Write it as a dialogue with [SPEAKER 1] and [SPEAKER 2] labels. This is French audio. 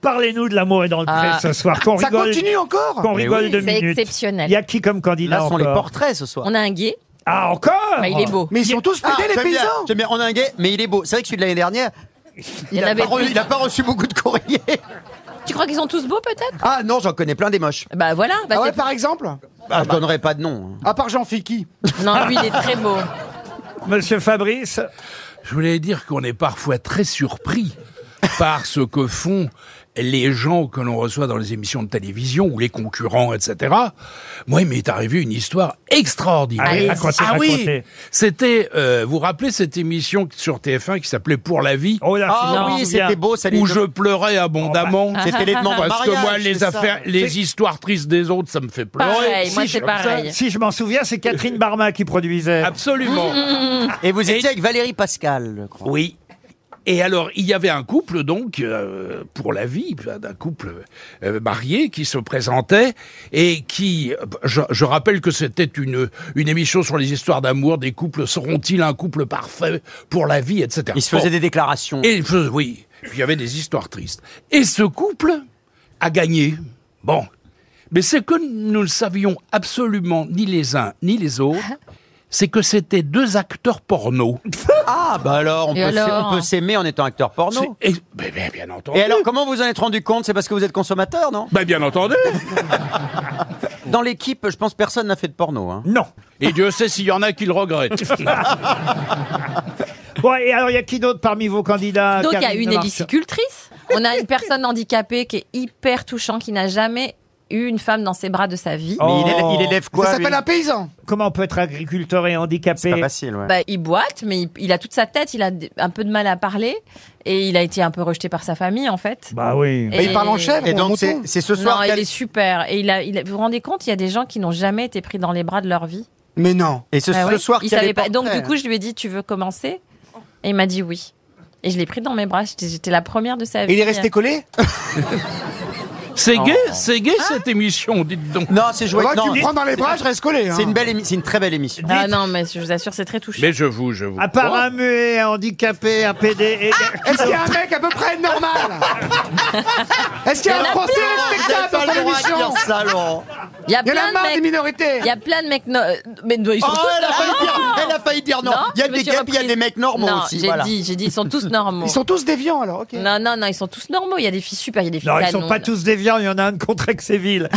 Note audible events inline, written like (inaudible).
[SPEAKER 1] parlez-nous de l'amour et dans le
[SPEAKER 2] Ah.
[SPEAKER 1] pré ce soir. Qu'on
[SPEAKER 2] Ça
[SPEAKER 1] rigole,
[SPEAKER 2] continue encore
[SPEAKER 1] Qu'on
[SPEAKER 2] Mais
[SPEAKER 1] rigole
[SPEAKER 2] oui.
[SPEAKER 1] deux
[SPEAKER 2] C'est
[SPEAKER 1] minutes.
[SPEAKER 2] exceptionnel.
[SPEAKER 1] Il y a qui comme candidat
[SPEAKER 2] Là, ce sont les
[SPEAKER 1] encore
[SPEAKER 2] portraits,
[SPEAKER 3] ce soir.
[SPEAKER 2] On a un gay.
[SPEAKER 1] Ah, encore
[SPEAKER 2] Bah, il est beau. Mais ils sont tous
[SPEAKER 4] Ah,
[SPEAKER 2] pédés, les
[SPEAKER 3] Ah, j'aime bien,
[SPEAKER 2] paysans.
[SPEAKER 3] J'aime bien, on a un gay, mais il est beau. C'est vrai que celui de l'année dernière,
[SPEAKER 2] y
[SPEAKER 3] il
[SPEAKER 2] en
[SPEAKER 3] n'a
[SPEAKER 2] avait
[SPEAKER 3] pas, re-
[SPEAKER 2] plus.
[SPEAKER 3] il a pas reçu beaucoup de courriers.
[SPEAKER 2] Tu crois qu'ils sont tous beaux peut-être
[SPEAKER 3] Ah non, j'en connais plein des moches.
[SPEAKER 2] Bah voilà. Bah, c'est-
[SPEAKER 4] par exemple
[SPEAKER 3] Ah, je donnerai pas de nom.
[SPEAKER 4] À part Jean Fiki.
[SPEAKER 2] Non, lui il est très beau.
[SPEAKER 1] Monsieur Fabrice
[SPEAKER 5] Je voulais dire qu'on est parfois très surpris par ce que font les gens que l'on reçoit dans les émissions de télévision ou les concurrents, etc. Moi, il m'est arrivé une histoire extraordinaire.
[SPEAKER 1] Ah oui, racontez,
[SPEAKER 5] Ah oui.
[SPEAKER 1] racontez.
[SPEAKER 5] C'était, euh, vous vous rappelez cette émission sur TF1 qui s'appelait Pour la vie
[SPEAKER 1] Oh là,
[SPEAKER 3] Ah
[SPEAKER 1] sinon,
[SPEAKER 3] oui,
[SPEAKER 1] je me
[SPEAKER 3] c'était beau, ça les
[SPEAKER 5] où je pleurais abondamment.
[SPEAKER 3] C'était les demandes de
[SPEAKER 5] parce que
[SPEAKER 3] mariage,
[SPEAKER 5] moi, les
[SPEAKER 3] Ah. c'est ça.
[SPEAKER 5] affaires, les histoires tristes des autres, ça me fait pleurer.
[SPEAKER 2] Pareil, moi
[SPEAKER 5] Si
[SPEAKER 2] c'est
[SPEAKER 5] je-
[SPEAKER 2] pareil. Ah.
[SPEAKER 1] souviens- Si je m'en souviens, c'est
[SPEAKER 2] (laughs)
[SPEAKER 1] Catherine Barma qui produisait.
[SPEAKER 5] Absolument.
[SPEAKER 3] Et vous étiez avec Valérie Pascal, je crois.
[SPEAKER 5] Oui. Et alors, il y avait un couple, donc, euh, pour la vie, d'un couple euh, marié qui se présentait et qui, je, je rappelle que c'était une, une émission sur les histoires d'amour, des couples, seront-ils un couple parfait pour la vie, etc.
[SPEAKER 3] Il se faisait
[SPEAKER 5] Bon.
[SPEAKER 3] des déclarations.
[SPEAKER 5] Et je- oui, il y avait des histoires tristes. Et ce couple a gagné. Bon. Mais ce que nous ne savions absolument ni les uns ni les autres,
[SPEAKER 3] (laughs)
[SPEAKER 5] c'est que c'était deux acteurs porno.
[SPEAKER 3] Ah bah alors, on
[SPEAKER 2] Et
[SPEAKER 3] peut s'ai-
[SPEAKER 2] alors
[SPEAKER 3] on peut s'aimer en étant acteur porno.
[SPEAKER 5] C'est- et- mais- mais bien entendu.
[SPEAKER 3] Et alors, comment vous en êtes rendu compte C'est parce que vous êtes consommateur, non
[SPEAKER 5] Ben, bien entendu.
[SPEAKER 3] Dans l'équipe, je pense personne n'a fait de porno. hein.
[SPEAKER 1] Non.
[SPEAKER 5] Et Dieu sait s'il y en a qui le regrettent.
[SPEAKER 1] Bon, et alors, il y a qui d'autre parmi vos
[SPEAKER 3] Ah,
[SPEAKER 1] candidats
[SPEAKER 2] Donc il y a
[SPEAKER 1] Karine
[SPEAKER 2] une
[SPEAKER 1] Marchand
[SPEAKER 2] hélicicultrice. On a une personne handicapée qui est hyper touchante, qui n'a jamais eu une femme dans ses bras de sa vie.
[SPEAKER 1] Oh.
[SPEAKER 3] Mais il, élè- il élève quoi
[SPEAKER 4] Ça
[SPEAKER 3] lui
[SPEAKER 4] s'appelle un paysan.
[SPEAKER 1] Comment on peut être agriculteur et handicapé
[SPEAKER 3] C'est pas facile, ouais.
[SPEAKER 2] Bah, il boite, mais il, il a toute sa tête, il a d- un peu de mal à parler et il a été un peu rejeté par sa famille en fait.
[SPEAKER 1] Bah oui.
[SPEAKER 2] Et-
[SPEAKER 4] il parle en chèvre
[SPEAKER 3] Et
[SPEAKER 4] ou en
[SPEAKER 3] donc, c'est
[SPEAKER 4] mouton.
[SPEAKER 3] c'est ce
[SPEAKER 2] Non,
[SPEAKER 3] soir
[SPEAKER 2] il
[SPEAKER 3] qu'elle-
[SPEAKER 2] est super. Et il a, il a- vous vous rendez compte, il y a des gens qui n'ont jamais été pris dans les bras de leur vie.
[SPEAKER 4] Mais non.
[SPEAKER 3] Et ce,
[SPEAKER 2] Ah
[SPEAKER 3] ce
[SPEAKER 2] ouais.
[SPEAKER 3] soir
[SPEAKER 2] il
[SPEAKER 3] qu'il y a
[SPEAKER 2] savait
[SPEAKER 3] les
[SPEAKER 2] pas. Donc
[SPEAKER 3] portraits.
[SPEAKER 2] du coup, je lui ai dit, tu veux commencer Et il m'a dit oui. Et je l'ai pris dans mes bras. J'étais j'étais la première de sa vie.
[SPEAKER 4] Et il est resté collé
[SPEAKER 5] C'est gay, c'est gay cette émission, dites donc.
[SPEAKER 3] Non, c'est joué.
[SPEAKER 4] Moi,
[SPEAKER 3] non,
[SPEAKER 4] tu me prends dans les bras, je reste collé. hein.
[SPEAKER 3] C'est une belle émi- c'est une très belle émission.
[SPEAKER 2] Ah non, mais je vous assure, c'est très touchant.
[SPEAKER 5] Mais je vous, je vous.
[SPEAKER 1] À
[SPEAKER 2] Oh.
[SPEAKER 1] part un muet, un handicapé, un PD
[SPEAKER 2] Ah
[SPEAKER 1] et...
[SPEAKER 4] Est-ce qu'il y a un mec à peu près (laughs) normal Est-ce qu'il y a un français
[SPEAKER 3] Ah,
[SPEAKER 4] respectable dans ton émission
[SPEAKER 3] ça, Laurent.
[SPEAKER 2] Il y a
[SPEAKER 4] Il y en
[SPEAKER 2] plein
[SPEAKER 4] a marre des
[SPEAKER 2] de mecs.
[SPEAKER 4] minorités.
[SPEAKER 2] Il y a plein de mecs. no- euh, Mais ils sont
[SPEAKER 3] Oh,
[SPEAKER 2] tous
[SPEAKER 3] elle a failli
[SPEAKER 2] normaux.
[SPEAKER 3] dire, elle a failli dire non. Il y
[SPEAKER 2] Ah je
[SPEAKER 3] a des
[SPEAKER 2] me suis
[SPEAKER 3] gays, puis il y a
[SPEAKER 2] reprise.
[SPEAKER 3] des mecs normaux
[SPEAKER 2] Non,
[SPEAKER 3] aussi.
[SPEAKER 2] J'ai
[SPEAKER 3] voilà.
[SPEAKER 2] dit, j'ai dit, ils sont
[SPEAKER 3] (laughs)
[SPEAKER 2] tous normaux.
[SPEAKER 4] Ils sont tous déviants alors, ok.
[SPEAKER 2] Non, non, non, ils sont tous normaux. Il y a des filles super, il y a des filles
[SPEAKER 1] Non, ils sont
[SPEAKER 2] canons.
[SPEAKER 1] pas tous déviants, il y en a un de contre Séville.